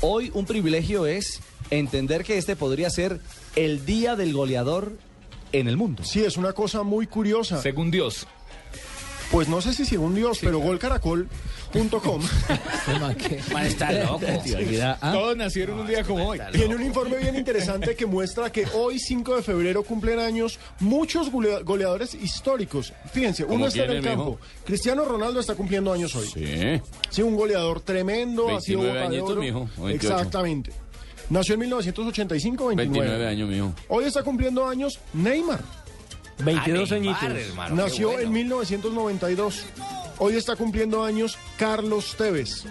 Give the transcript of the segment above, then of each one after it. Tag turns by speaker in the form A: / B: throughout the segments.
A: Hoy un privilegio es entender que este podría ser el día del goleador en el mundo.
B: Sí, es una cosa muy curiosa.
C: Según Dios.
B: Pues no sé si según Dios, pero golcaracol.com
D: Man, está loco.
C: Todos nacieron un día como hoy.
B: tiene un informe bien interesante que muestra que hoy, 5 de febrero, cumplen años muchos golea- goleadores históricos. Fíjense, uno está en el
C: quién, mijo?
B: campo. Cristiano Ronaldo está cumpliendo años hoy. Sí,
C: Sí.
B: un goleador tremendo, ha sido
C: 29
B: Boca de
C: añitos,
B: Oro.
C: mijo, o 28.
B: Exactamente. Nació en 1985, 29.
C: 29 años, Ah, mijo.
B: Hoy está cumpliendo años Neymar.
D: 22 añitos. hermano.
B: Nació en 1992. Hoy está cumpliendo años Carlos Tevez,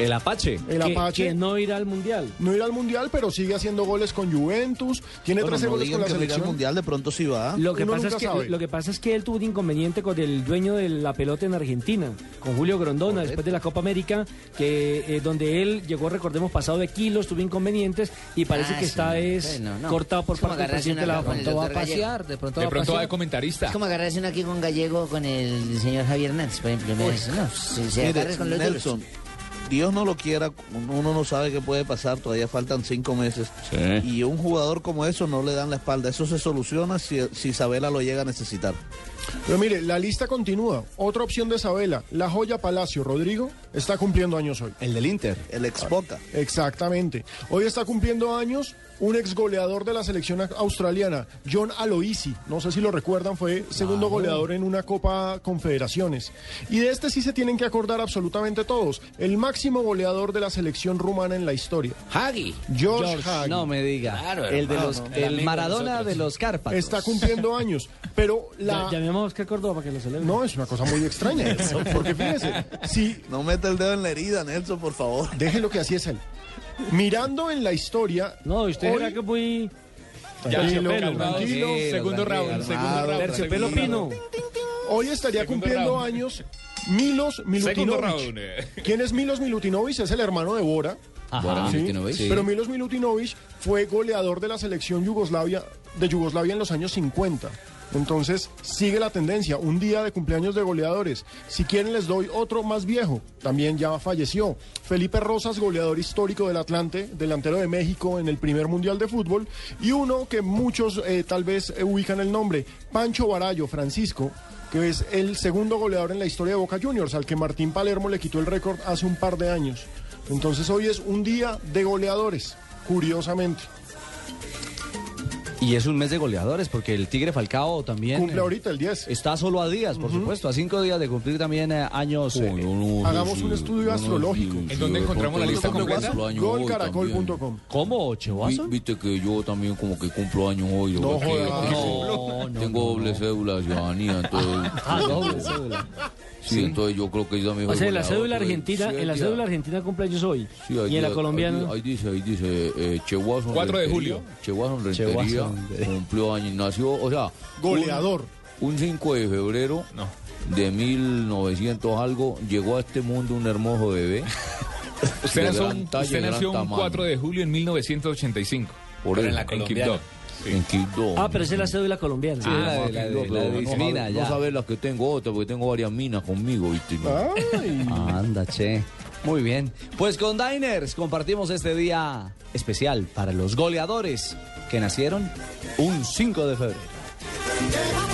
A: El Apache.
B: el
D: Que-
B: Apache.
D: que no irá al mundial.
B: No irá al mundial, pero sigue haciendo goles con Juventus. Tiene 13 goles con la selección.
E: mundial, de pronto sí va.
D: Lo que,
B: Uno
D: pasa es
B: nunca
D: que,
B: sabe.
D: lo que pasa es que él tuvo un inconveniente con el dueño de la pelota en Argentina, con Julio Grondona, después de la Copa América, que eh, donde él llegó, recordemos, pasado de kilos, tuvo inconvenientes y parece
F: Ah,
D: que
F: sí,
D: está
F: no,
D: es
F: bueno, no.
D: cortado por
F: Es como
D: parte del
F: agarrarse
D: presidente
F: una
D: de la
F: con el
D: Junta.
F: doctor Gallego.
D: de pronto
C: De pronto va de comentarista.
F: Es como agarrarse uno aquí con Gallego, con el señor Javier Hernández, por ejemplo. Me dice, no, si se
E: Mire,
F: agarras con los duros.
E: Nelson, Dios no lo quiera, uno no sabe qué puede pasar, todavía faltan cinco meses.
C: Sí.
E: Y un jugador como eso no le dan la espalda. Eso se soluciona si, si Isabela lo llega a necesitar.
B: Pero mire, la lista continúa. Otra opción de Isabela, la joya Palacio Rodrigo, está cumpliendo años hoy.
A: El del Inter.
E: El ex Boca.
B: Exactamente. Hoy está cumpliendo años un ex goleador de la selección australiana, John Aloisi. No sé si lo recuerdan, fue segundo goleador en una Copa Confederaciones. Y de este sí se tienen que acordar absolutamente todos. El máximo goleador de la selección rumana en la historia,
D: Hagi.
B: George, Hagi.
A: No me diga.
D: Claro,
A: el de los,
D: hermano.
A: el Maradona de los Cárpatos.
B: Está cumpliendo años, pero la...
D: Llamemos a Oscar Córdoba para que lo celebre.
B: No, es una cosa muy extraña. Porque fíjese, si
E: No mete el dedo en la herida, Nelson, por favor.
B: deje lo que así es él. Mirando en la historia.
D: No, usted
B: hoy-
D: era que muy...
B: Tranquilo,
D: terciopelo,
B: tranquilo.
A: tranquilo,
C: segundo
A: tranquilo,
C: round, segundo round.
D: Terciopelo
C: segundo
D: Pino.
B: Hoy estaría
C: Segundo
B: cumpliendo
C: round.
B: años Milos
C: Segundo round,
B: Milutinovic.
C: eh.
B: ¿Quién es Milos Milutinovic? Es el hermano de Bora.
C: Ajá.
B: ¿sí? Pero Milos Milutinovic fue goleador de la selección Yugoslavia, de Yugoslavia en los años 50. Entonces sigue la tendencia, un día de cumpleaños de goleadores. Si quieren les doy otro más viejo, también ya falleció. Felipe Rosas, goleador histórico del Atlante, delantero de México en el primer Mundial de Fútbol. Y uno que muchos eh, tal vez eh, ubican el nombre, Pancho Barallo, Francisco, que es el segundo goleador en la historia de Boca Juniors, al que Martín Palermo le quitó el récord hace un par de años. Entonces hoy es un día de goleadores, curiosamente.
A: Y es un mes de goleadores, porque el Tigre Falcao también.
B: Cumple
A: eh,
B: ahorita el 10.
A: Está solo a días, por supuesto, a cinco días de cumplir también eh, años. eh,
B: Hagamos un estudio astrológico.
C: ¿En dónde encontramos la lista completa?
B: Golcaracol.com.
A: ¿Cómo, Chevazo?
G: Viste que yo también como que cumplo años hoy.
B: No
G: ¿verdad?
B: jodas.
A: No, no,
G: Tengo
A: no,
G: doble
A: no.
G: cédula de ciudadanía, entonces...
A: Ah, doble cédula.
G: Sí, entonces yo creo que yo también...
D: O
G: soy
D: sea, en la
G: goleador,
D: cédula
G: pero
D: argentina,
G: sí,
D: en la
G: ahí
D: cédula
G: día-
D: argentina cumpleaños hoy.
G: sí, ahí
D: y en la
G: día-
D: colombiana.
G: ahí- Ahí dice, ahí dice, eh, Cheguazo
C: 4 de
G: Rentería.
C: julio.
G: Cheguazo en Rentería
A: Cheguazo, hombre.
G: cumplió años, nació, o sea... un-
B: Goleador.
G: Un 5 de febrero
C: No.
G: de 1900 algo, llegó a este mundo un hermoso bebé.
C: Usted
G: De
C: nació,
G: gran
C: un-
G: talla,
C: usted
G: de gran
C: nació un
G: tamaño.
C: 4 de julio en 1985.
G: Por
C: Pero
G: eso.
C: en la colombiana.
G: En Quibdó.
D: Ah, pero esa es la cédula colombiana.
A: Ah, la de- la de- la de
G: No, no,
A: Disnina,
G: no
A: ya.
G: sabes las que tengo otra, porque tengo varias minas conmigo, ¿viste?
B: Ay.
A: Anda, che. Muy bien. Pues con Diners compartimos este día especial para los goleadores que nacieron un 5 de febrero.
H: Llegó